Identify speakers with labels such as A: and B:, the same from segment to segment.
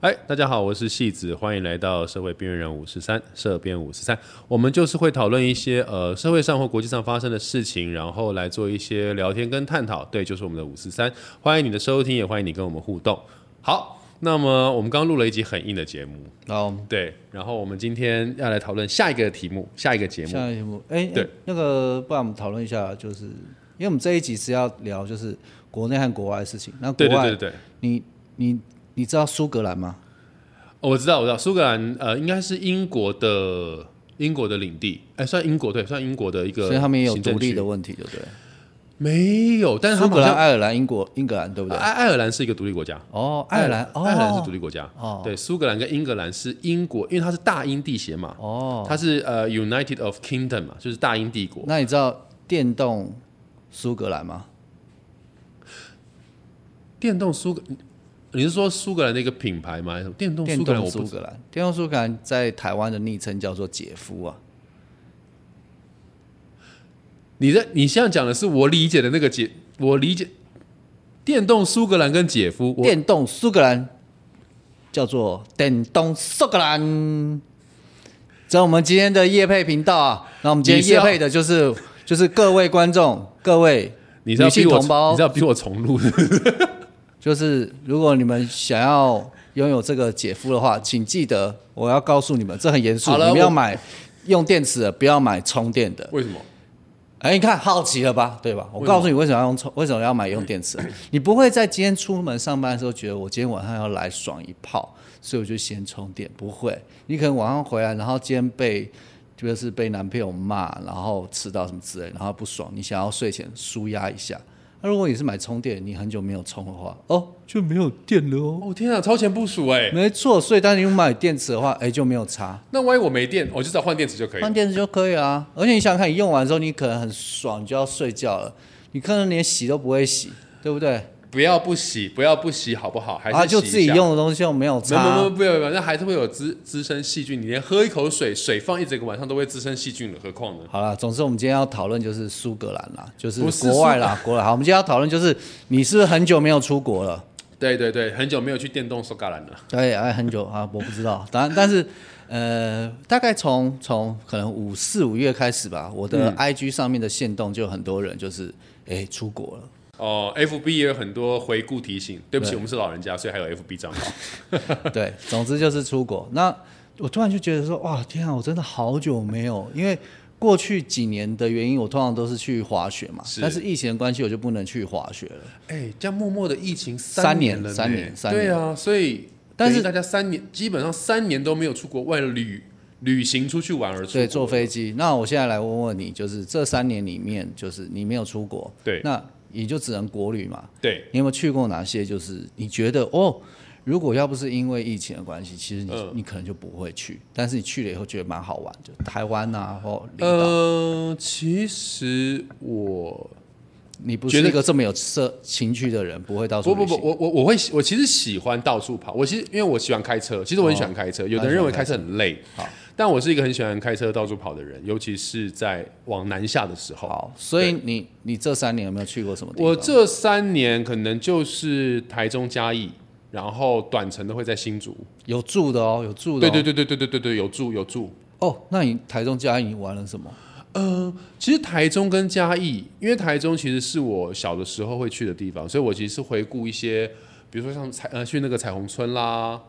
A: 哎，大家好，我是戏子，欢迎来到社会边缘人五十三，社编五十三。我们就是会讨论一些呃社会上或国际上发生的事情，然后来做一些聊天跟探讨。对，就是我们的五十三。欢迎你的收听，也欢迎你跟我们互动。好，那么我们刚录了一集很硬的节目，
B: 然后
A: 对，然后我们今天要来讨论下一个题目，下一个节目。
B: 下一个题目，哎，
A: 对
B: 那个不然我们讨论一下，就是因为我们这一集是要聊就是国内和国外的事情。那国
A: 对对
B: 外，
A: 对对对。
B: 你你你知道苏格兰吗？
A: 哦我知道，我知道，苏格兰呃，应该是英国的英国的领地，哎，算英国对，算英国的一个，
B: 所以他们也有独立的，问题，对不对？
A: 没有，但是他
B: 苏
A: 们
B: 格
A: 好
B: 兰、
A: 像
B: 爱尔兰、英国、英格兰，对不对？
A: 啊爱爱尔兰是一个独立国家，
B: 哦，爱尔兰，哦，
A: 爱尔兰是独立国家，
B: 哦
A: 对，苏格兰跟英格兰是英国，因为它是大英地协嘛，
B: 哦，
A: 它是呃 United of Kingdom 嘛，就是大英帝国。
B: 那你知道电动苏格兰吗？
A: 电动苏格，你是说苏格兰的一个品牌吗？还是什么电动
B: 电
A: 苏格兰
B: 动
A: 我不
B: 苏
A: 知
B: 格兰，电动苏格兰在台湾的昵称叫做“姐夫”啊。
A: 你在你现在讲的是我理解的那个解，我理解电动苏格兰跟姐夫，我
B: 电动苏格兰叫做电动苏格兰。这我们今天的夜配频道啊，那我们今
A: 你
B: 天
A: 是
B: 夜
A: 要
B: 配的就是就是各位观众、各位
A: 你
B: 女
A: 是要逼
B: 性
A: 我，
B: 同
A: 你
B: 胞
A: 是，要逼我重录的。
B: 就是如果你们想要拥有这个姐夫的话，请记得我要告诉你们，这很严肃，
A: 好了
B: 你们
A: 我
B: 要买用电池的，不要买充电的。
A: 为什么？
B: 哎，你看好奇了吧，对吧？我告诉你为什么要用充，为什么要买用电 池？你不会在今天出门上班的时候觉得我今天晚上要来爽一炮，所以我就先充电，不会。你可能晚上回来，然后今天被就是被男朋友骂，然后迟到什么之类，然后不爽，你想要睡前舒压一下。那、如果你是买充电，你很久没有充的话，哦，就没有电了哦。
A: 哦天啊，超前部署哎、
B: 没错，所以当你买电池的话，哎，就没有差。
A: 那万一我没电，我就只要换电池就可以了
B: 换。电池就可以啊。而且你想想看，你用完之后，你可能很爽，你就要睡觉了，你可能连洗都不会洗，对不对？
A: 不要不洗，不要不洗，好不好？还是
B: 啊，就
A: 洗一
B: 自己
A: 下。
B: 用的东西又没有
A: 没有没有
B: 差，
A: 没有没有，那还是会有滋滋生细菌。你连喝一口水，水放一整个晚上都会滋生细菌了，何况呢？
B: 好了，总之我们今天要讨论就是苏格兰啦，就是
A: 不是
B: 国外啦，国外。好，我们今天要讨论就是你是不是很久没有出国了？
A: 对对对，很久没有去电动苏格兰了。
B: 对，哎，很久啊，我不知道，但但是，呃，大概从从可能五四五月开始吧，我
A: 嗯
B: 的 IG 上面的线动就有很多人就是，哎、出国了。
A: 哦，FB 也有很多回顾提醒。对不起，
B: 对
A: 我们是老人家，所以还有 FB 账号。
B: 对，总之就是出国。那我突然就觉得说，哇，天啊，我真的好久没有，因为过去几年的原因，我通常都是去滑雪嘛，
A: 是
B: 但是疫情的关系，我就不能去滑雪了。
A: 哎，这样默默的疫情
B: 三
A: 年
B: 年
A: 了呢，
B: 三年三年
A: 对啊，所以
B: 但是
A: 等于大家三年基本上三年都没有出国，为了旅旅行出去玩而出国。
B: 对，坐飞机。那我现在来问问你，就是这三年里面，就是你没有出国，
A: 对
B: 那也就只能国旅嘛。
A: 对，
B: 你有没有去过哪些？就是你觉得哦，如果要不是因为疫情的关系，其实你、
A: 嗯
B: 你可能就不会去，但是你去了以后觉得蛮好玩，就台湾啊或离岛。
A: 呃，其实我
B: 你不
A: 觉
B: 是
A: 得
B: 一个这么有色情趣的人，不会到处
A: 不不
B: 旅
A: 不
B: 行，
A: 我我我会喜我其实喜欢到处跑，我其实因为我喜欢开车，其实我很喜欢开车。有的人认为开车很累，
B: 好，
A: 但我是一个很喜欢开车到处跑的人，尤其是在往南下的时候。
B: 好，哦所以你你这三年有没有去过什么地方？
A: 我这三年可能就是台中嘉义，然后短程的会在新竹。
B: 有住的哦，有住的、
A: 对
B: 哦。
A: 对
B: 对。
A: 对对对对对对，有住有住。
B: 哦，那你台中嘉义你玩了什么？
A: 呃，其实台中跟嘉义，因为台中其实是我小的时候会去的地方，所以我其实是回顾一些，比如说像彩呃去那个彩虹村啦，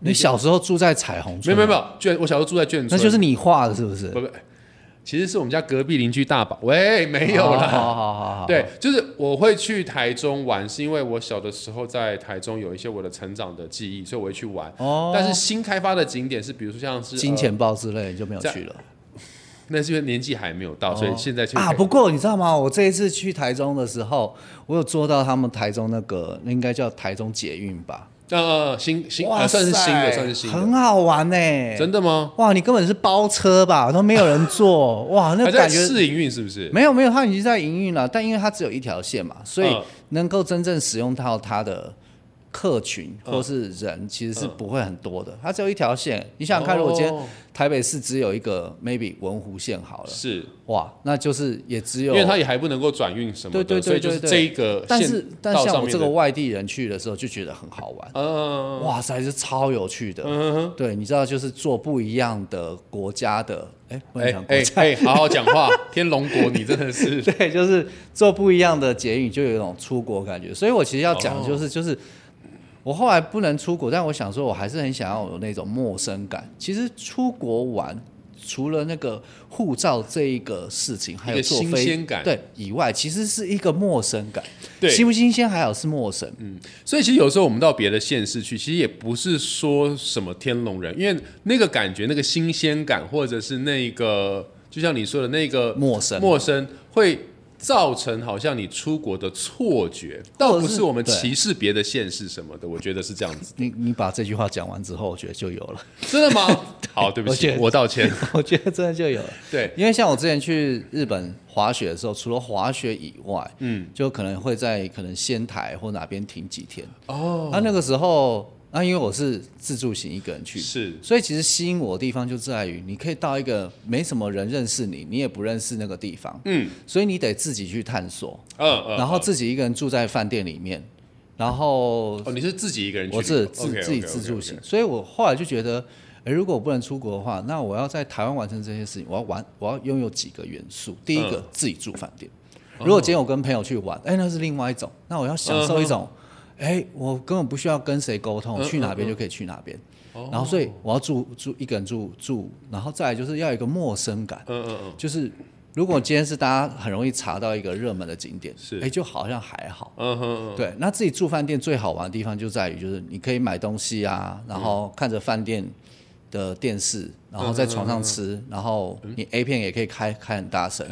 B: 你小时候住在彩虹
A: 没有
B: 村？
A: 没有没有，眷我小时候住在眷村，
B: 那就是你画的，是不是？
A: 不不，其实是我们家隔壁邻居大宝。喂，没有
B: 哦好
A: 啦。
B: 好好好好。
A: 对，就是我会去台中玩，是因为我小的时候在台中有一些我的成长的记忆，所以我会去玩。
B: 哦，
A: 但是新开发的景点是，比如说像是
B: 金、
A: 呃
B: 钱豹之类就没有去了。
A: 那是因为年纪还没有到，所以现在去
B: 啊，
A: 可以
B: 不过你知道吗？我这一次去台中的时候，我有坐到他们台中那个，那应该叫台中捷运吧？
A: 呃新新呃算是新的，算是新的。
B: 很好玩欸呢、
A: 真的吗？
B: 哇，你根本是包车吧？都没有人 坐，哇，那
A: 还在
B: 感觉
A: 试营运是不是？
B: 没有没有，它已经在营运了，但因为它只有一条线嘛，所以
A: 嗯
B: 能够真正使用到它的客群或是人其实是不会很多的，它只有一条线。你想想看，如果今天
A: 哦
B: 台北市只有一个 maybe 文湖线好了，
A: 是
B: 哇，那就是也只
A: 因
B: 有
A: 为它也还不能够转运什么的，
B: 对对对
A: 所以就是
B: 对对
A: 这一个
B: 但
A: 线
B: 是但
A: 道
B: 像
A: 上
B: 我
A: 面
B: 这个
A: 的，
B: 外地人去的时候就觉得很好玩，
A: 嗯，
B: 哇塞，是超有趣的。对，你知道就是做不一样的国家的，哎，不能
A: 哎
B: 讲国
A: 哎
B: 家，
A: 哎，好好讲话， 天龙国你真的是
B: 对，就是做不一样的捷运，就有一种出国感觉。所以我其实要讲的
A: 哦
B: 就是、就是。我后来不能出国，但我想说，我还是很想要有那种陌生感。其实出国玩，除了那个护照这一个事情，还有
A: 一个
B: 坐
A: 新
B: 飞
A: 鲜感
B: 对以外，其实是一个陌生感。
A: 对嗯
B: 新不新鲜还好是陌生。
A: 所以其实有时候我们到别的县市去，其实也不是说什么天龙人，因为那个感觉、那个新鲜感，或者是那个，就像你说的那个
B: 陌生
A: 陌生会造成好像你出国的错觉，倒不是我们
B: 对
A: 歧视别的县市什么的，我觉得是这样 子。
B: 你你把这句话讲完之后，我觉得就有了，
A: 真的吗？好，对不
B: 我觉
A: 起，
B: 得
A: 我道歉。
B: 我觉得真的就有了。
A: 对，
B: 因为像我之前去日本滑雪的时候，除了滑雪以外，嗯，就可能会在可能仙台或哪边停几天。
A: 哦，
B: 那、那个时候，那、因为我是自助型一个人去，
A: 是
B: 所以其实吸引我的地方就在于，你可以到一个没什么人认识你，你也不认识那个地方，
A: 嗯，
B: 所以你得自己去探索，
A: 嗯嗯，
B: 然后自己一个人住在饭店里面，然后
A: 哦，你是自己一个人去
B: 我
A: 旅游，
B: 是自
A: OK，OK，OK，OK
B: 自己自助型，所以我后来就觉得，诶如果我不能出国的话，那我要在台湾完成这些事情，我要玩，我要拥有几个元素。第一个，
A: 嗯
B: 自己住饭店。如果今天我跟朋友去玩，哎、那是另外一种。那我要享受一种，哎、我根本不需要跟谁沟通，
A: 嗯
B: 去哪
A: 嗯
B: 边
A: 嗯哦
B: 就可以去哪边。然后，所以我要住住一个人住住，然后再来就是要有一个陌生感。
A: 嗯嗯嗯，
B: 就是如果今天是大家很容易查到一个热门的景点，
A: 是
B: 哎、就好像还好。
A: 嗯哼嗯，
B: 对，那自己住饭店最好玩的地方就在于，就是你可以买东西啊，
A: 嗯
B: 然后看着饭店的电视，然后在床上
A: 嗯
B: 吃，然后你 A 片也可以开开很大声，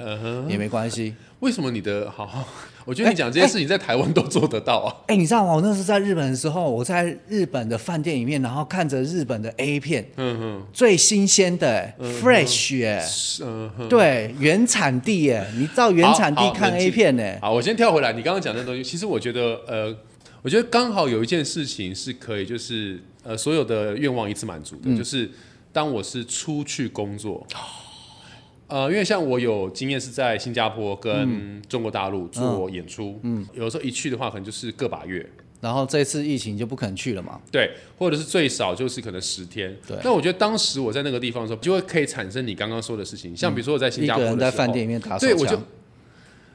B: 也没关系。
A: 为什么你的好好？我觉得你讲这些事情在台湾都做得到啊。
B: 哎、你知道吗？我那时候在日本的时候，我在日本的饭店里面，然后看着日本的 A 片，
A: 嗯哼，
B: 最新鲜的、f r e s h 耶、
A: 是嗯哼。
B: 对，原产地耶、你到原产
A: 好
B: 地
A: 好
B: 看
A: 冷
B: A
A: 静
B: 片呢、
A: 好，我先跳回来，你刚刚讲的东西，其实我觉得，呃，我觉得刚好有一件事情是可以，就是呃，所有的愿望一次满足
B: 嗯
A: 的，就是当我是出去工作。
B: 哦
A: 呃，因为像我有经验是在新加坡
B: 嗯
A: 跟中国大陆做演出，嗯，有时候一去的话，可能就是个把月，
B: 然后这次疫情就不肯去了嘛，
A: 对，或者是最少就是可能十天。
B: 对
A: 那我觉得当时我在那个地方的时候，就会可以产生你刚刚说的事情，像比如说我在新
B: 嗯一
A: 加
B: 个
A: 坡的时候，
B: 人在饭店里面打手
A: 对，我就
B: 枪。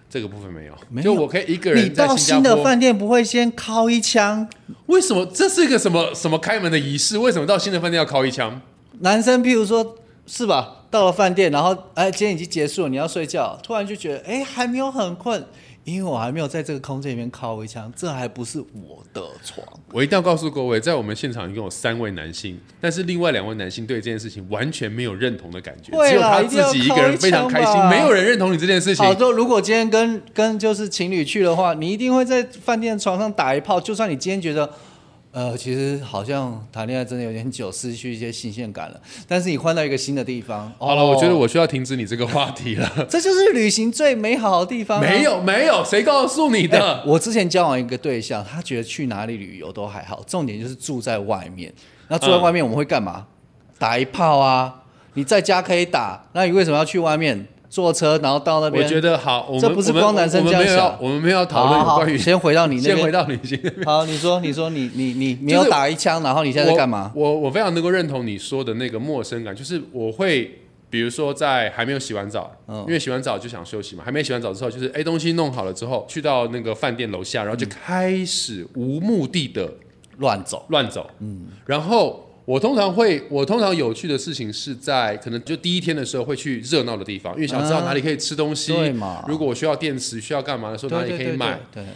A: 这个部分没有，
B: 没
A: 就
B: 有
A: 我可以一个
B: 你
A: 人在
B: 到
A: 新
B: 新
A: 加
B: 的
A: 坡。
B: 饭店不会先敲一枪？
A: 为什么这是一个什么什么开门的仪式？为什么到新的饭店要敲一枪？
B: 男生譬如说，是吧？到了饭店，然后哎，今天已经结束了，你要睡觉，突然就觉得哎，还没有很困，因为我还没有在这个空间里面敲一枪，这还不是我的床。
A: 我一定要告诉各位，在我们现场一共有三位男性，但是另外两位男性对这件事情完全没有认同的感觉，只
B: 会啦
A: 有他
B: 一定要
A: 自己一个人非常开
B: 敲一
A: 心，
B: 枪吧
A: 没有人认同你这件事情
B: 好，。就如果今天跟跟就是情侣去的话，你一定会在饭店床上打一炮，就算你今天觉得。呃，其实好像谈恋爱真的有点久，失去一些新鲜感了。但是你换到一个新的地方，
A: 好了，
B: 哦
A: 我觉得我需要停止你这个话题 了。
B: 这就是旅行最美好的地方、啊。
A: 没有没有，谁告诉你
B: 哎
A: 的？
B: 我之前交往一个对象，他觉得去哪里旅游都还好，重点就是住在外面。那住在外面我们会干嘛？
A: 嗯
B: 打一炮啊！你在家可以打，那你为什么要去外面坐车，然后到那
A: 我
B: 边？
A: 觉得好，我们
B: 这不是
A: 我们
B: 光男生
A: 我们
B: 这样
A: 没有要
B: 想
A: 我们没有要讨论
B: 好好
A: 有关于
B: 好先回到你那
A: 先回
B: 边。
A: 到旅行。
B: 好，你说，你说，你你你没
A: 就
B: 有
A: 是
B: 打一枪，然后你现在在干嘛？
A: 我我我非常能够认同你说的那个陌生感，就是我会。比如说，在还没有洗完澡，
B: 嗯
A: 因为洗完澡就想休息嘛，还没洗完澡之后，就是哎东西弄好了之后，去到那个饭店楼下，然
B: 嗯
A: 后就开始无目的的
B: 乱走。
A: 乱走。嗯，然后我通常会，我通常有趣的事情是在可能就第一天的时候会去热闹的地方，因为想知道哪里可以吃东西。
B: 啊对嘛
A: 如果我需要电池，需要干嘛的时候，哪
B: 对
A: 里
B: 对
A: 可以
B: 对
A: 买
B: 对。，对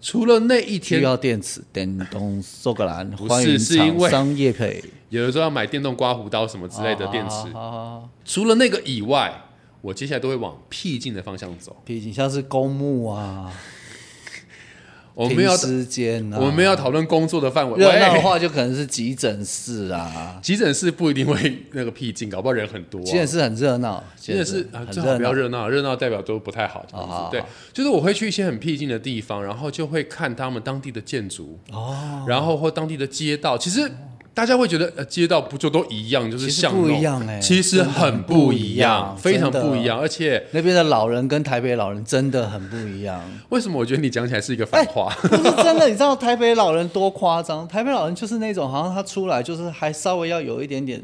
A: 除了那一天
B: 需要电池，电动苏格兰，
A: 不是
B: 欢迎
A: 是因
B: 厂
A: 为
B: 商业配
A: 有的时候要买电动刮胡刀什么之类的电池
B: 啊好。好好好好
A: 除了那个以外，我接下来都会往僻静的方向走。
B: 毕竟像是公墓啊，
A: 我们要
B: 停时间啊，
A: 我们要讨论工作的范围。
B: 热闹的
A: 喂，
B: 话就可能是急诊室啊，
A: 急诊室不一定会那个僻静，搞不好人很多、啊。
B: 急诊室很热闹，
A: 真的是啊，
B: 很
A: 最好
B: 热
A: 不要
B: 闹。
A: 热闹，热闹代表都不太好这样子。
B: 哦好好
A: 对，就是我会去一些很僻静的地方，然后就会看他们当地的建筑哦，然后或当地的街道。其实大家会觉得，呃，街道不就都一样，就是
B: 其实
A: 巷
B: 不
A: 弄
B: 一样欸
A: 其实
B: 真的
A: 很
B: 很
A: 不
B: 不
A: 一
B: 一
A: 样，
B: 样
A: 非常
B: 真的
A: 不一样。而且
B: 那边的老人跟台北老人真的很不一样，
A: 为什么我觉得你讲起来是一个
B: 哎
A: 反话？
B: 不是真的。你知道台北老人多夸 张？台北老人就是那种好像他出来就是还稍微要有一点点，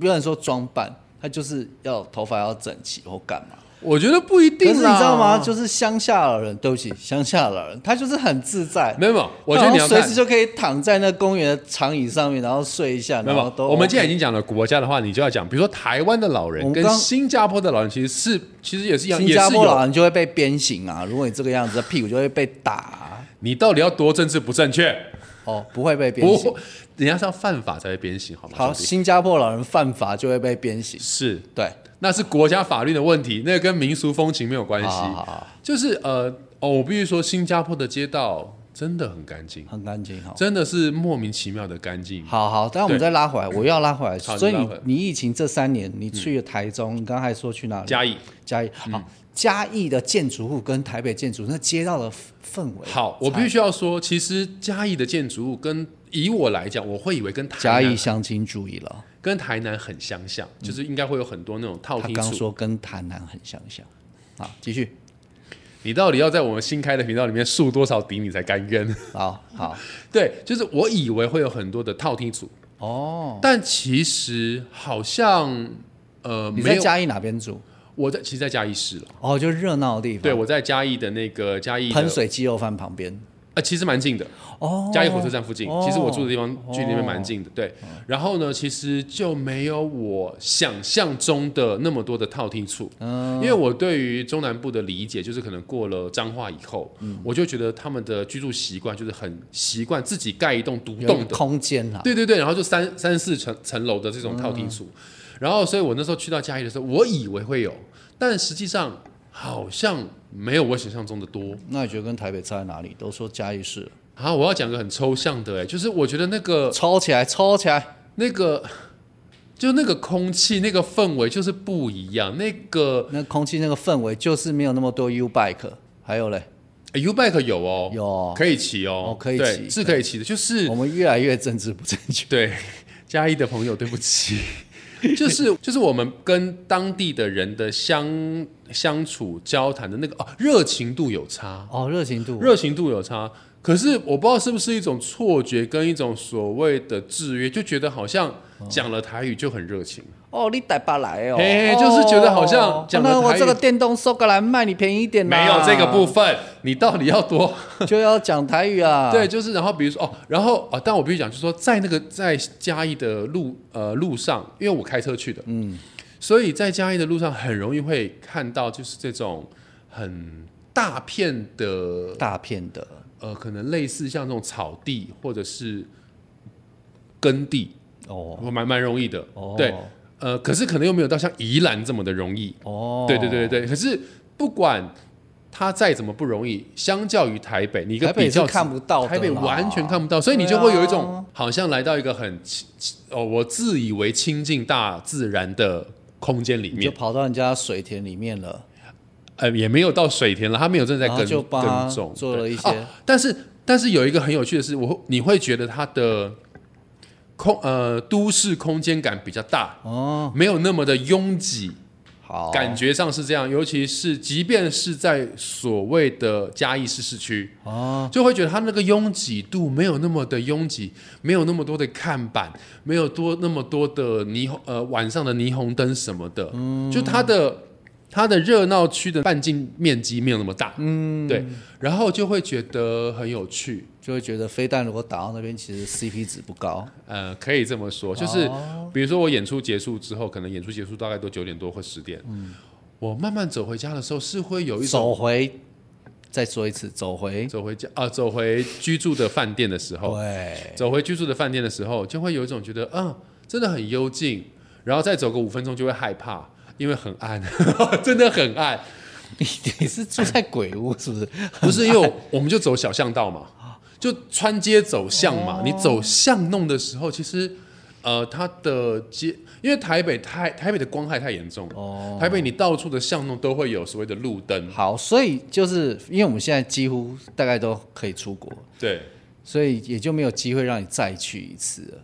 B: 不能说装扮，他就是要头发要整齐或干嘛。
A: 我觉得不一
B: 可
A: 定
B: 是
A: 啦，
B: 你知道吗？就是乡下老人，对不起，乡下老人他就是很自在，
A: 没有没有，我觉得
B: 他
A: 你要
B: 好哦像随
A: 看
B: 时。就可以躺在那公园的长椅上面，然后睡一下，
A: 没
B: 然后
A: 有，
B: 哦都
A: 我们既然
B: OK
A: 已经讲了国家的话，你就要讲，比如说台湾的老人
B: 我们
A: 跟
B: 刚
A: 新加坡的老人其实是其实也是一样，
B: 新
A: 也
B: 加坡
A: 是有
B: 老人就会被鞭刑啊！如果你这个样子，屁股就会被打啊、
A: 你到底要多政治不正确？
B: 哦，不会被鞭刑
A: 不。，人家是要犯法才会鞭刑，好吗？
B: 好，
A: 兄弟
B: 新加坡老人犯法就会被鞭刑。
A: 是，
B: 对，
A: 那是国家法律的问题，那个跟民俗风情没有关系。
B: 好好好，
A: 就是呃，哦，我必须说，新加坡的街道真的很干净，
B: 很干净哈。
A: 真的是莫名其妙的干净。
B: 好好，但我们
A: 对
B: 再拉回来，我又要拉回来。
A: 好
B: 所以
A: 你拉回
B: 你
A: 来
B: 你疫情这三年，你去了台中，你刚才说去哪里？
A: 嘉义，嗯
B: 嘉义。好，嘉义的建筑物跟台北建筑那街道的氛围，
A: 好，我必须要说，其实嘉义的建筑物跟以我来讲，我会以为跟
B: 嘉
A: 台
B: 义
A: 南
B: 乡亲注意了，
A: 跟台南很相像，就是应该会有很多那种套
B: 他
A: 厅
B: 刚
A: 处。
B: 说跟台南很相像。好，继续。
A: 你到底要在我们新开的频道里面树多少底你才甘愿？
B: 好好
A: 对，就是我以为会有很多的套厅组，
B: 哦，
A: 但其实好像呃
B: 你
A: 没
B: 在
A: 有，
B: 嘉义哪边住？
A: 我在其实在嘉义市了。
B: 哦，就热闹的地方。
A: 对，我在嘉义的那个嘉义的
B: 喷水鸡肉饭旁边。
A: 呃，其实蛮近的，
B: 哦，
A: 嘉义火车站附近。
B: 哦
A: 其实我住的地方距离那边蛮近的，对。然后呢，其实就没有我想象中的那么多的套厅处，
B: 嗯
A: 因为我对于中南部的理解就是，可能过了彰化以后，
B: 嗯
A: 我就觉得他们的居住习惯就是很习惯自己盖一栋独
B: 有一
A: 栋
B: 个
A: 的
B: 空间啊啦。
A: 对对对，然后就三三四层层楼的这种套厅处，
B: 嗯
A: 然后所以我那时候去到嘉义的时候，我以为会有，但实际上好像没有我想象中的多。
B: 那你觉得跟台北差在哪里？都说嘉义市，
A: 啊，我要讲个很抽象的、欸，就是我觉得那个
B: 抽起来，抽起来。
A: 那个，就那个空气那个氛围就是不一样。那个
B: 那空气那个氛围就是没有那么多 U bike，还有嘞，
A: 欸 U bike 有哦，
B: 有哦
A: 可以骑哦
B: 哦可以
A: 对
B: 骑
A: 是可以骑的，就是
B: 我们越来越政治不正确。
A: 对，嘉义的朋友，对不起， 就是就是我们跟当地的人的相相处、交谈的那个哦，热情度有差，
B: 哦，热情度，
A: 热情度有差。可是我不知道是不是一种错觉，跟一种所谓的制约，就觉得好像讲了台语就很热情。
B: 哦，你台巴来哦，
A: 嘿就是觉得好像
B: 哦
A: 讲了
B: 那我
A: 台语
B: 这个电动收过来卖你便宜一点啦，
A: 没有这个部分，你到底要多
B: 分就要讲台语啊。
A: 对，，就是然后比如说哦，然后啊、但我必须讲，就是说在那个在嘉义的路呃路上，因为我开车去的，嗯，所以在嘉义的路上很容易会看到就是这种很大片的
B: 大片的
A: 呃，可能类似像这种草地或者是耕地，
B: 哦
A: 蛮蛮容易的，
B: 哦，
A: 对，呃，可是可能又没有到像宜兰这么的容易，
B: 哦，
A: 对对对对对，可是不管。它再怎么不容易，相较于台北，你一个
B: 台北
A: 比
B: 是
A: 较
B: 看不到的啦，
A: 台北完全看不到，所以你就
B: 对啊
A: 会有一种好像来到一个很亲亲哦，我自以为亲近大自然的空间里
B: 你就
A: 面，
B: 跑到人家水田里面了。
A: 呃，也没有到水田了，他没有正在
B: 然
A: 耕
B: 后就帮他
A: 耕种，
B: 做了
A: 对
B: 一些
A: 哦但是但是有一个很有趣的是，我会你会觉得它的空呃都市空间感比较大，
B: 哦，
A: 没有那么的拥挤，
B: 好，
A: 感觉上是这样，尤其是即便是在所谓的嘉义市市区，
B: 哦，
A: 就会觉得它那个拥挤度没有那么的拥挤，没有那么多的看板，没有多那么多的霓虹呃晚上的霓虹灯什么的，就它的它的热闹区的半径面积没有那么大，嗯，对，然后就会觉得很有趣，
B: 就会觉得飞弹如果打到那边，其实 CP 值不高。
A: 呃，可以这么说，就是比如说我演出结束之后，可能演出结束大概都九点多或十点，我慢慢走回家的时候是会有一种
B: 走回，再说一次，走回，
A: 走回家啊，走回居住的饭店的时候，
B: 对，
A: 走回居住的饭店的时候，就会有一种觉得，嗯，真的很幽 静，然后再走个五分钟就会害怕，因为很暗，真的很暗。
B: 你你是住在鬼屋是 不是？
A: 不是因为我我们就走小巷道嘛，就穿街走巷嘛。你走巷弄的时候，其实呃，它的街，因为台北太台北的光害太严重了，台北你到处的巷弄都会有所谓的路灯，
B: 好，所以就是因为我们现在几乎大概都可以出国，
A: 对。
B: 所以也就没有机会让你再去一次了。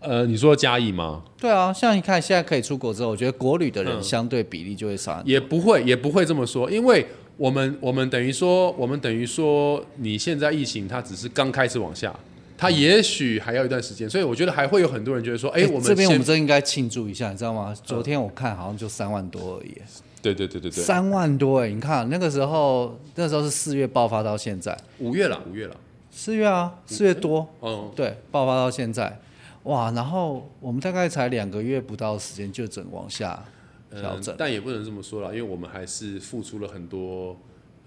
A: 呃，你说嘉义吗？
B: 对啊，像你看现在可以出国之后，我觉得国旅的人相对比例就会少很多。
A: 也不会，也不会这么说，因为我们我们等于说，我们等于说，你现在疫情它只是刚开始往下，它也许还要一段时间，所以我觉得还会有很多人觉得说，哎、
B: 诶
A: 我们
B: 这边我
A: 先嗯
B: 们真应该庆祝一下，你知道吗？昨天我看好像就三万多而已，
A: 对对对对对，
B: 三万多哎！你看那个时候，那时候是四月爆发到现在，
A: 五月了，五月了，
B: 四月啊，四月多，
A: 嗯，
B: 对，爆发到现在，哇！然后我们大概才两个月不到的时间就整往下调
A: 嗯
B: 整，
A: 但也不能这么说了，因为我们还是付出了很多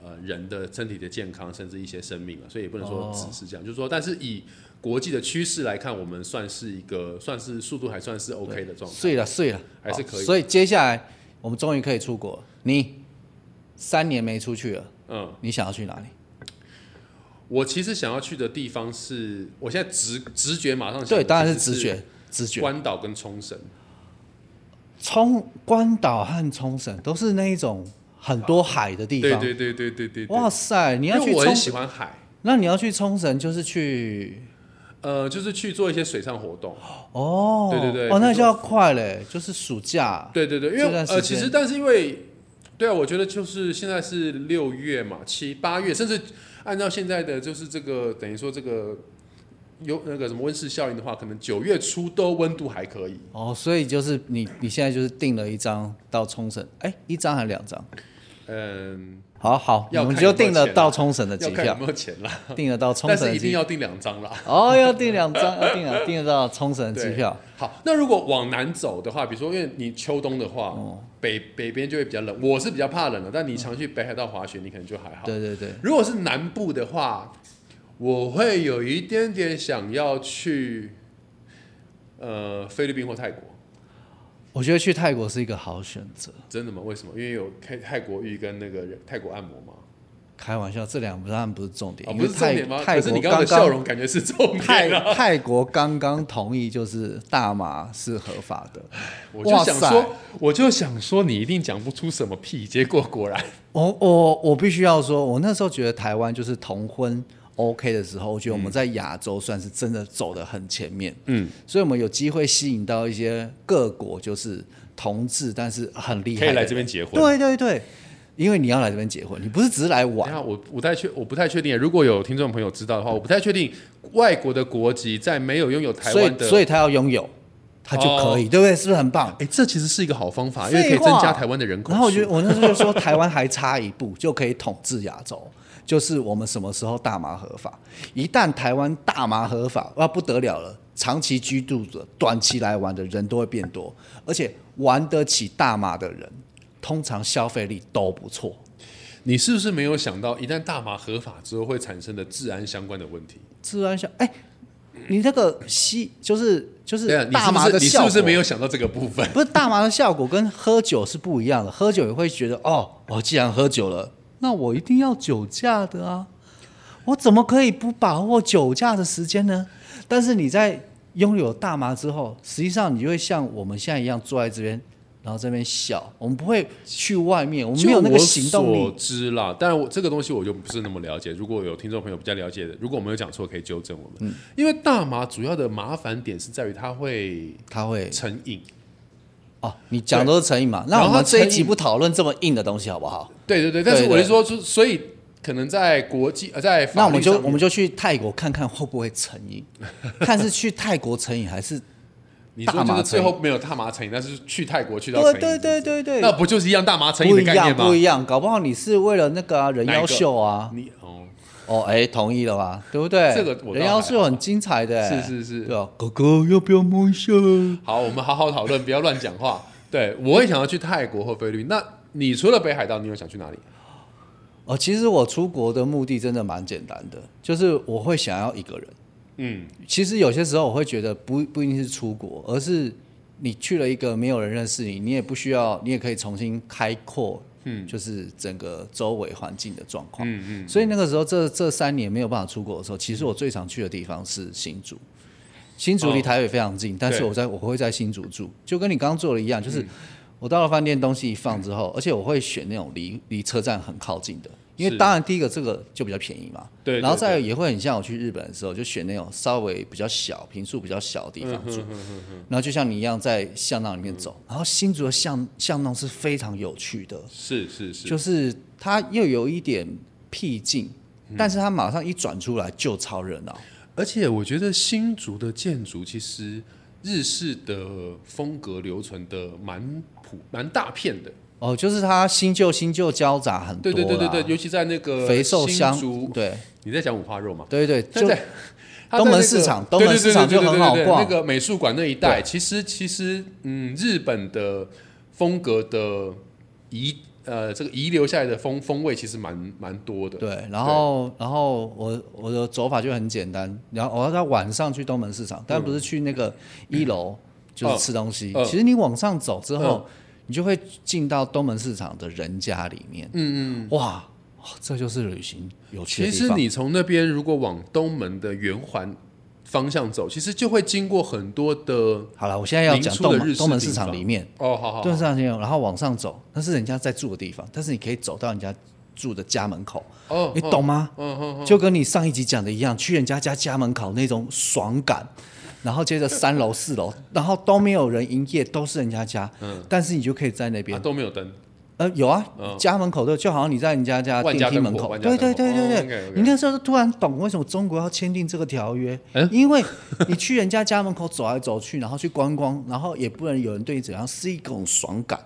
A: 呃人的身体的健康，甚至一些生命啊，所以也不能说只是这样，就是说，但是以国际的趋势来看，我们算是一个算是速度还算是 OK 的状态。
B: 碎了碎了，
A: 还是
B: 好
A: 可以
B: 所以接下来我们终于可以出国了。你三年没出去了，
A: 嗯，
B: 你想要去哪里？
A: 我其实想要去的地方是，我现在直直觉马上想
B: 对，
A: 的
B: 当然是
A: 其实
B: 直觉，直觉。
A: 关岛跟冲绳。
B: 冲关岛和冲绳都是那一种很多海的地
A: 对
B: 方。
A: 对对对对对对。
B: 哇塞，你要
A: 因为
B: 去
A: 我
B: 冲
A: 很，喜欢海，
B: 那你要去冲绳就是去
A: 呃，就是去做一些水上活动。啊
B: 哦，
A: 对对对
B: 哦，那
A: 比如说
B: 就要快嘞，就是暑假。
A: 对对对，因
B: 这
A: 为
B: 段时
A: 呃，其
B: 间
A: 实但是因为，对啊，我觉得就是现在是六月嘛，七八月，甚至按照现在的就是这个等于说这个有那个什么温室效应的话，可能九月初都温度还可以。
B: 哦，所以就是你你现在就是订了一张到冲绳，哎，一张还是两张？
A: 嗯，
B: 好好，
A: 要
B: 我们
A: 看有
B: 就
A: 没有
B: 订了
A: 钱啊
B: 到冲绳的机
A: 要看有
B: 票，
A: 没有钱啦，
B: 订了到冲
A: 但
B: 绳
A: 是
B: 的
A: 一
B: 机
A: 定
B: 票。
A: 要订两张啦。
B: 哦，要订两张，要订 两订得到冲绳的机
A: 对
B: 票。
A: 好，那如果往南走的话，比如说因为你秋冬的话，
B: 哦
A: 北北边就会比较冷，我是比较怕冷的，但你常去北海道滑雪，你可能就还好。
B: 对对对，
A: 如果是南部的话，我会有一点点想要去，呃，菲律宾或泰国。
B: 我觉得去泰国是一个好选择。
A: 真的吗？为什么？因为有泰泰国浴跟那个泰国按摩嘛。
B: 开玩笑，这两当然不是重点，
A: 啊，
B: 因
A: 不
B: 为
A: 是重
B: 泰
A: 点吗？
B: 泰
A: 可是
B: 国
A: 你刚刚的
B: 刚
A: 笑容感觉是重
B: 泰
A: 点啊！
B: 泰国刚刚同意，就是大麻是合法的。
A: 我就想
B: 哇塞
A: 说，我就想说，你一定讲不出什么屁，结果果然。
B: 我我我必须要说，我那时候觉得台湾就是同婚 OK 的时候，我觉得我们在亚洲算是真的走得很前面，
A: 嗯，
B: 所以我们有机会吸引到一些各国就是同志，但是很厉
A: 可以
B: 害的人，
A: 来这边结婚。
B: 对对对，因为你要来这边结婚，你不是只是来
A: 等一
B: 玩，
A: 下，我我不太确，我不太确定。如果有听众朋友知道的话，我不太确定外国的国籍在没有拥有台
B: 所
A: 湾
B: 以
A: 的，哦
B: 所
A: 以
B: 以他要拥有，他就可以，对不对？是不是很棒？
A: 哎，这其实是一个好方法，因
B: 废
A: 为
B: 话
A: 可以增加台湾的人口数。
B: 然后我觉得我那时候就说，台湾还差一步就可以统治亚洲，就是我们什么时候大麻合法？一旦台湾大麻合法，哇不得了了！长期居住者、短期来玩的人都会变多，而且玩得起大麻的人，通常消费力都不错。
A: 你是不是没有想到，一旦大麻合法之后会产生的治安相关的问题？
B: 自然想，哎、你那个吸就是就是
A: 对啊，你
B: 大
A: 是不
B: 麻
A: 是
B: 的
A: 你是
B: 效果，
A: 不是没有想到这个部分？
B: 不是大麻的效果跟喝酒是不一样的，喝酒也会觉得哦，我既然喝酒了，那我一定要酒驾的啊，我怎么可以不把握酒驾的时间呢？但是你在拥有大麻之后，实际上你就会像我们现在一样坐在这边，然后这边笑，我们不会去外面，我们没有那个行动
A: 就我所
B: 力。
A: 知啦，但我这个东西我就不是那么了解。如果有听众朋友比较了解的，如果我们有讲错，可以纠正我们。
B: 嗯
A: 因为大麻主要的麻烦点是在于它会
B: 他会
A: 成瘾。
B: 哦，你讲的都是成瘾嘛？那
A: 然
B: 我
A: 后
B: 们这一
A: 成
B: 集
A: 瘾
B: 不讨论这么硬的东西好不好？
A: 对对对，但是
B: 对
A: 我
B: 对
A: 是说，就所以可能在国际呃，在
B: 那
A: 法
B: 我们
A: 律
B: 就
A: 上
B: 我
A: 面，
B: 们就去泰国看看会不会成瘾，看是去泰国成瘾还是
A: 你说
B: 大
A: 就
B: 麻
A: 是最
B: 成瘾
A: 后没有大麻成瘾，但是去泰国去到成
B: 对
A: 瘾，
B: 对对对对，
A: 那不就是一样大麻成瘾
B: 不
A: 的
B: 一
A: 概念
B: 样
A: 吗
B: 不？一样，搞不好你是为了那个、啊、人
A: 哪一
B: 妖
A: 个
B: 秀啊，
A: 你哦，
B: 哦哎，同意了吧？对不对？
A: 这个我倒
B: 人妖秀很精彩的、
A: 是是是
B: 对啊，哥哥要不要摸一下？
A: 好，我们好好讨论，不要乱讲话。对，我也想要去泰国或菲律宾。那你除了北海道，你有想去哪里？
B: 哦，其实我出国的目的真的蛮简单的，就是我会想要一个人。
A: 嗯，
B: 其实有些时候我会觉得不不一定是出国，而是你去了一个没有人认识你，你也不需要，你也可以重新开阔嗯，就是整个周围环境的状况，嗯嗯。所以那个时候这这三年没有办法出国的时候，其实我最常去的地方是新竹。新竹离台北非常近，但是我在我会在新竹住，就跟你刚刚做的一样，就是我到了饭店东西一放之后，而且我会选那种离离车站很靠近的，因为
A: 是
B: 当然第一个这个就比较便宜嘛，
A: 对对
B: 然后再也会很像我去日本的时候，就选那种稍微比较小、平数比较小的地方
A: 嗯
B: 住，然后就像你一样在巷弄里面走，然后新竹的巷巷弄是非常有趣的，
A: 是是是，
B: 就是它又有一点僻静，
A: 嗯
B: 但是它马上一转出来就超热闹。
A: 而且我觉得新竹的建筑其实日式的风格留存的蛮普蛮大片的，
B: 哦，就是它新旧新旧交杂很多
A: 对
B: 啦，
A: 对对对对，尤其在那个
B: 肥瘦相
A: 新竹，
B: 对
A: 你在讲五花肉嘛？
B: 对对，
A: 但
B: 就
A: 在它在
B: 东门
A: 那个
B: 市场
A: 对
B: 东门
A: 对
B: 市
A: 对
B: 场
A: 对对对
B: 就很好
A: 对对
B: 逛
A: 那个美术馆那一带，其实其实嗯，日本的风格的遗呃这个遗留下来的风风味其实蛮蛮多的。
B: 对，然后然后我我的走法就很简单，然后我要在晚上去东门市场，但不是去那个 一楼就是吃东西
A: 嗯，
B: 其实你往上走之后，你就会进到东门市场的人家里面，嗯嗯，哇，哦这就是旅行有趣
A: 其
B: 的地
A: 实
B: 方。
A: 你从那边如果往东门的圆环方向走，其实就会经过很多的
B: 好了，我现在要讲
A: 民宿的
B: 东
A: 日
B: 门
A: 式
B: 东门
A: 地
B: 市场
A: 方
B: 里面，
A: 哦，好好
B: 东门
A: 好，
B: 市场里面，然后往上走，那是人家在住的地方，但是你可以走到人家住的家门口，
A: 哦，
B: 你懂吗？
A: 嗯嗯，
B: 就跟你上一集讲的一样，去人家家家门口那种爽感，然后接着三楼四楼，然后都没有人营业，都是人家家，
A: 嗯
B: 但是你就可以在那
A: 啊
B: 边，
A: 都没有灯，
B: 呃，有啊，
A: 嗯
B: 家门口的，就好像你在人家家
A: 万家
B: 电梯
A: 灯
B: 门
A: 火
B: 口，
A: 万家
B: 对
A: 灯
B: 对
A: 火
B: 对
A: 哦
B: 对对
A: ，OK，OK，
B: 你那时候突然懂为什么中国要签订这个条约
A: 嗯，
B: 因为你去人家家门口走来走去，然后去观光，然后也不能有人对你怎样，是一种爽感。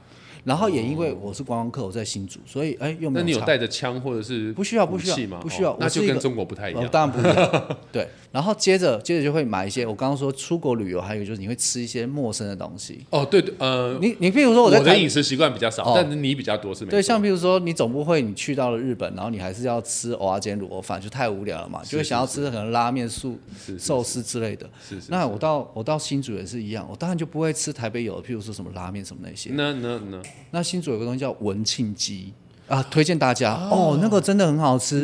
B: 然后也因为我是观光客，我在新竹，所以哎又没
A: 那你有
B: 差
A: 带着枪或者是
B: 不需要不需要
A: 武器吗？
B: 不需要
A: 哦
B: 我
A: 那
B: 是
A: 就
B: 一
A: 跟
B: 个
A: 中国不太一
B: 哦
A: 样。
B: 当然不一 样。对，然后接着接着就会买一些，我刚刚说出国旅游，还有就是你会吃一些陌生的东西。
A: 哦，对，对呃，
B: 你你譬如说
A: 我
B: 在
A: 的
B: 台
A: 饮食习惯比较少
B: 哦，
A: 但是你比较多是没
B: 对，
A: 错。啊
B: 像譬如说你总不会你去到了日本，然后你还是要吃蚵仔煎、卤肉饭，就太无聊了嘛，就会想要吃可能拉面、素
A: 是
B: 寿司之类的。
A: 是是，
B: 那我到我到新竹也是一样，我当然就不会吃台北有的，譬如说什么拉面什么那些。
A: 那那那
B: 那新竹有个东西叫文庆鸡啊，推荐大家哦嗯那个真的很好吃，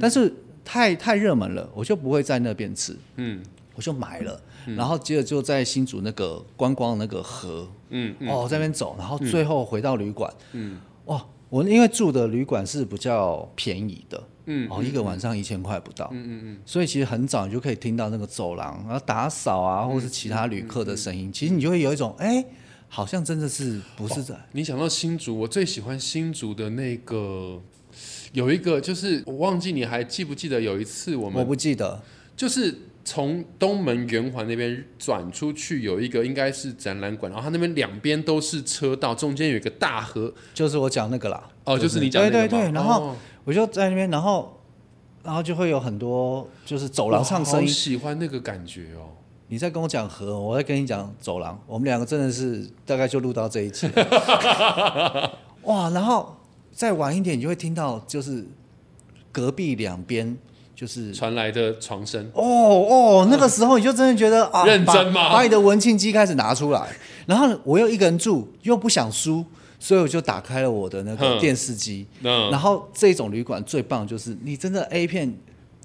B: 但是太太热门了，我就不会在那边吃，
A: 嗯，
B: 我就买了，然后接着就在新竹那个观光的那个河，
A: 嗯
B: 哦在那边走，然后最后回到旅馆，嗯，哇、我因为住的旅馆是比较便宜的。嗯，哦，一个晚上一千块不到，嗯嗯嗯，所以其实很早你就可以听到那个走廊，然后打扫啊，或是其他旅客的声音，其实你就会有一种，哎、好像真的是不是在、
A: 你想到新竹，我最喜欢新竹的那个有一个，就是我忘记你还记不记得有一次我
B: 我
A: 们
B: 不记得，
A: 就是从东门圆环那边转出去，有一个应该是展览馆，然后它那边两边都是车道，中间有一个大河。
B: 就是我讲那个啦。
A: 哦，就是你讲那个
B: 对
A: 嘛
B: 对对，然后
A: 哦
B: 我就在那边，然后然后就会有很多就是走廊上声
A: 我好
B: 音。
A: 喜欢那个感觉哦。
B: 你在跟我讲河，我在跟你讲走廊，我们两个真的是大概就录到这一集。 哇，然后再晚一点，你就会听到就是隔壁两边就是。
A: 传来的床声，
B: 哦哦，那个时候你就真的觉得啊，
A: 认真吗
B: 把把你的文庆机开始拿出来，然后我又一个人住，又不想输，所以我就打开了我的那个
A: 哼
B: 电视机，
A: 那
B: 然后这种旅馆最棒就是你真的 A 片，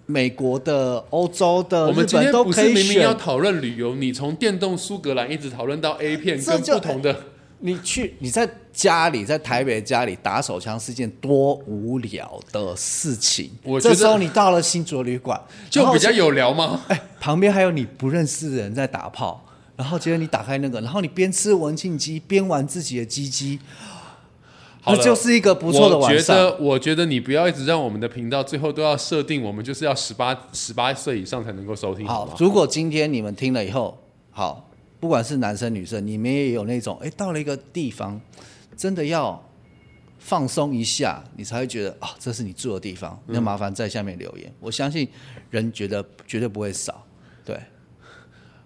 B: 美国的、欧洲的、
A: 我们
B: 日
A: 今天
B: 本都
A: 不
B: 可
A: 是
B: 以
A: 明明要
B: 选。
A: 讨论旅游，你从电动苏格兰一直讨论到 A 片
B: 这
A: 跟
B: 就
A: 不同的，
B: 你去你在家里，在台北家里打手枪是件多无聊的事情。
A: 我觉
B: 这
A: 得
B: 时候你到了新竹旅馆，
A: 就
B: 然后
A: 比较有聊吗？
B: 哎，旁边还有你不认识的人在打炮，然后接着你打开那个，然后你边吃文庆鸡边玩自己的鸡鸡，
A: 好
B: 那
A: 了
B: 就是一个不错的晚上。
A: 我觉得，我觉得你不要一直让我们的频道最后都要设定，我们就是要十八十八岁以上才能够收听，好
B: 好
A: 吗，？
B: 如果今天你们听了以后，好，不管是男生女生，你们也有那种，哎，到了一个地方，真的要放松一下，你才会觉得啊，这是你住的地方。
A: 嗯
B: 那麻烦在下面留言，我相信人觉得绝对不会少。对，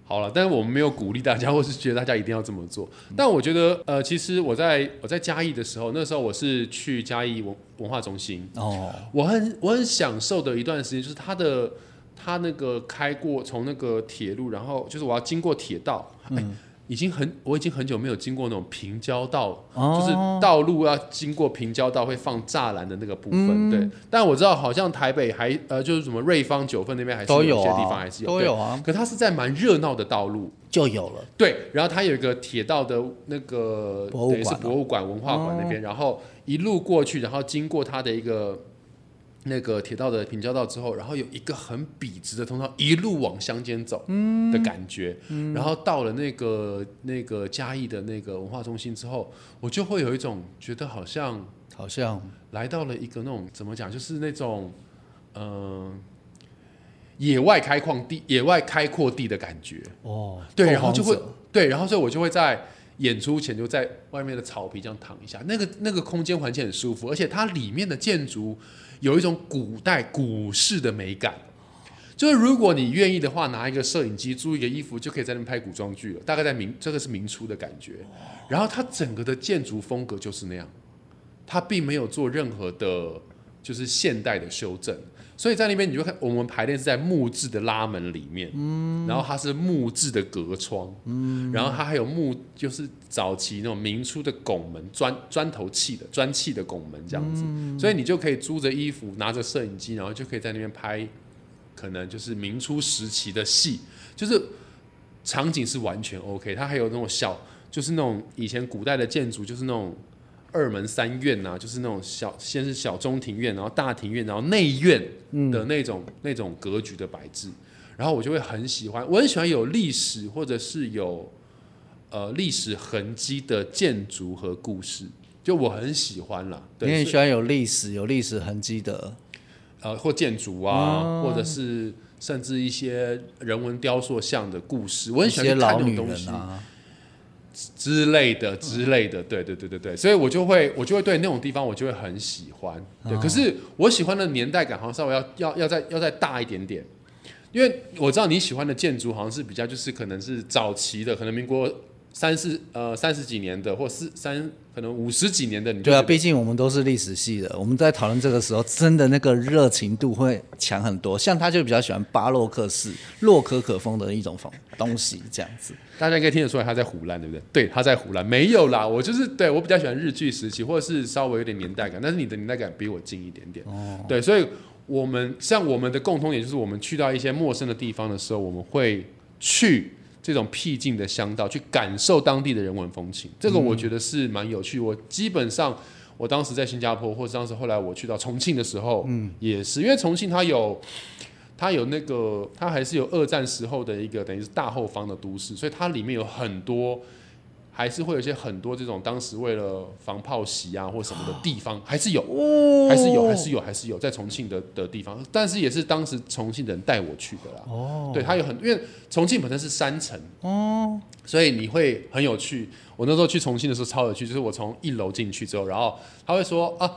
A: 好了，但是我们没有鼓励大家，或是觉得大家一定要这么做。
B: 嗯
A: 但我觉得，呃，其实我在我在嘉义的时候，那时候我是去嘉义文文化中心，
B: 哦，
A: 我很我很享受的一段时间，就是它的
B: 嗯
A: 它那个开过从那个铁路，然后就是我要经过铁道，哎、已经很，我已经很久没有经过那种平交道，
B: 哦
A: 就是道路要经过平交道会放栅栏的那个部分。
B: 嗯
A: 对，但我知道好像台北还呃，就是什么瑞芳、九份那边还是
B: 都
A: 有
B: 有
A: 一
B: 啊
A: 些地方还是有，
B: 都
A: 对
B: 有啊。
A: 可它是在蛮热闹的道路，
B: 就有了。
A: 对，然后它有一个铁道的那个
B: 博物
A: 等于是
B: 馆哦哦
A: 博物馆、文化馆那边，然后一路过去，然后经过它的一个那个铁道的平交道之后，然后有一个很笔直的通道，一路往乡间走
B: 嗯
A: 的感觉。然后到了那个那个嘉义的那个文化中心之后，我就会有一种觉得好像
B: 好像
A: 来到了一个那种怎么讲，就是那种嗯、呃野外开矿地、野外开阔地的感觉。
B: 哦，
A: 对，
B: 拓
A: 然后就
B: 荒
A: 会
B: 者
A: 对，然后所以我就会在演出前就在外面的草皮这样躺一下，那个那个空间环境很舒服，而且它里面的建筑有一种古代古式的美感。就是如果你愿意的话，拿一个摄影机租一个衣服，就可以在那边拍古装剧了。大概在明这个是明初的感觉，然后它整个的建筑风格就是那样，它并没有做任何的，就是现代的修正。所以在那边你就看，我们排练是在木质的拉门里面，然后它是木质的隔窗，然后它还有木，就是早期那种明初的拱门，砖砖头砌的砖砌的拱门这样子，
B: 嗯
A: 所以你就可以租着衣服，拿着摄影机，然后就可以在那边拍，可能就是明初时期的戏，就是场景是完全 OK，它还有那种小，就是那种以前古代的建筑，就是那种。二门三院呐、就是那种小，先是小中庭院，然后大庭院，然后内院的那种、那种格局的摆置，然后我就会很喜欢，我很喜欢有历史或者是有呃历史痕迹的建筑和故事，就我很喜欢啦。
B: 你
A: 对，
B: 很
A: 所以
B: 喜欢有历史、有历史痕迹的
A: 呃，或建筑啊，或者是甚至一些人文雕塑像的故事，我
B: 一
A: 很喜欢
B: 些
A: 去看
B: 老
A: 那种
B: 女
A: 东西
B: 人啊，
A: 之类的之类的。对对对对对，所以我就会我就会对那种地方我就会很喜欢。对，可是我喜欢的年代感好像稍微要要要再要再大一点点。因为我知道你喜欢的建筑好像是比较就是可能是早期的，可能民国三四呃三十几年的，或四三可能五十几年的，你就
B: 对啊，
A: 觉得
B: 毕竟我们都是历史系的，我们在讨论这个时候，真的那个热情度会强很多。像他就比较喜欢巴洛克式、洛可可风的一种风东西，这样子。
A: 大家应该听得出来他在胡乱，对不对？对，他在胡乱，没有啦，我就是对我比较喜欢日剧时期，或者是稍微有点年代感，但是你的年代感比我近一点点。哦，对，所以我们像我们的共通点就是，我们去到一些陌生的地方的时候，我们会去这种僻静的乡道，去感受当地的人文风情。这个我觉得是蛮有趣。我基本上我当时在新加坡，或者当时后来我去到重庆的时候，嗯，也是因为重庆它有。它有那个，它还是有二战时候的一个等于是大后方的都市，所以它里面有很多，还是会有一些很多这种当时为了防炮袭啊或什么的地方，还是有，还是有，还是有，还是有在重庆的的地方，但是也是当时重庆人带我去的啦。哦，对，它有很，因为重庆本身是山城，哦，所以你会很有趣。我那时候去重庆的时候超有趣，就是我从一楼进去之后，然后他会说啊，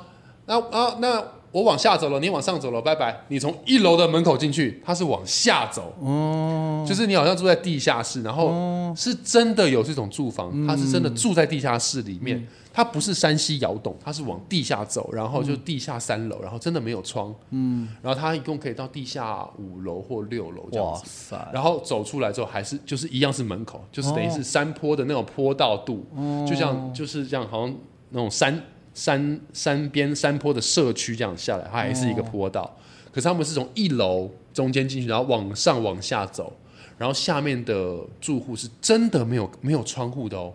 A: 那啊那我往下走了，你往上走了，拜拜。你从一楼的门口进去，它是往下走，哦，就是你好像住在地下室，然后是真的有这种住房，它是真的住在地下室里面，它不是山西窑洞，它是往地下走，然后就地下三楼，然后真的没有窗，嗯，然后它一共可以到地下五楼或六楼这样
B: 哇
A: 子。
B: 塞，
A: 然后走出来之后，还是就是一样是门口，就是等于是山坡的那种坡道度，就像就是这样，好像那种山山山边山坡的社区这样下来，它还是一个坡道。可是他们是从一楼中间进去，然后往上往下走，然后下面的住户是真的没有没有窗户的哦，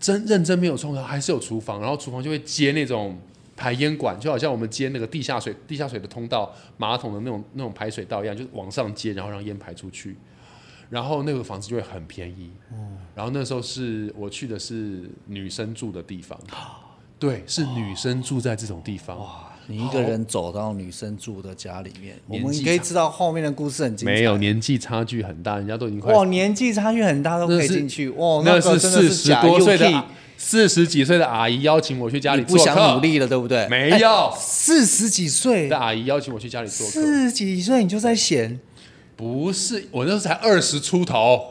A: 真认真没有窗户，还是有厨房，然后厨房就会接那种排烟管，就好像我们接那个地下水、地下水的通道、马桶的那种那种排水道一样，就是往上接，然后让烟排出去。然后那个房子就会很便宜。然后那时候是我去的是女生住的地方，对，是女生住在这种地方。
B: 你一个人走到女生住的家里面，我
A: 年纪
B: 们可以知道后面的故事很精彩。
A: 没有年纪差距很大，人家都已经快
B: 哇，年纪差距很大都可以进去。哇，
A: 那
B: 个真的
A: 四
B: 是
A: 十
B: 假
A: 多岁的
B: 幼
A: 阿四十几岁的阿姨邀请我去家
B: 屁，
A: 里
B: 你不
A: 做
B: 想努
A: 客，
B: 力了，对不对？哎
A: 没有
B: 四十几岁
A: 的，阿姨邀请我去家里做客，
B: 四十几岁你就在闲。
A: 不是，我那时候才二十出头。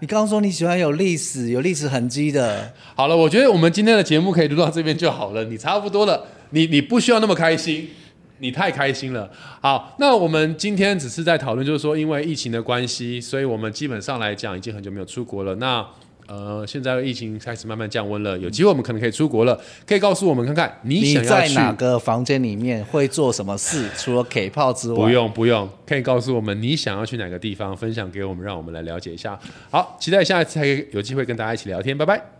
B: 你刚刚说你喜欢有历史、有历史痕迹的，
A: 好了，我觉得我们今天的节目可以录到这边就好了，你差不多了，你你不需要那么开心。你太开心了。好，那我们今天只是在讨论，就是说因为疫情的关系，所以我们基本上来讲已经很久没有出国了。那呃，现在疫情开始慢慢降温了，有机会我们可能可以出国了，可以告诉我们看看你
B: 你
A: 想要
B: 在
A: 去
B: 哪个房间里面会做什么事？除了 K 炮之
A: 不
B: 外，
A: 用不用，可以告诉我们你想要去哪个地方，分享给我们，让我们来了解一下。好，期待下一次还可以有机会跟大家一起聊天，拜拜。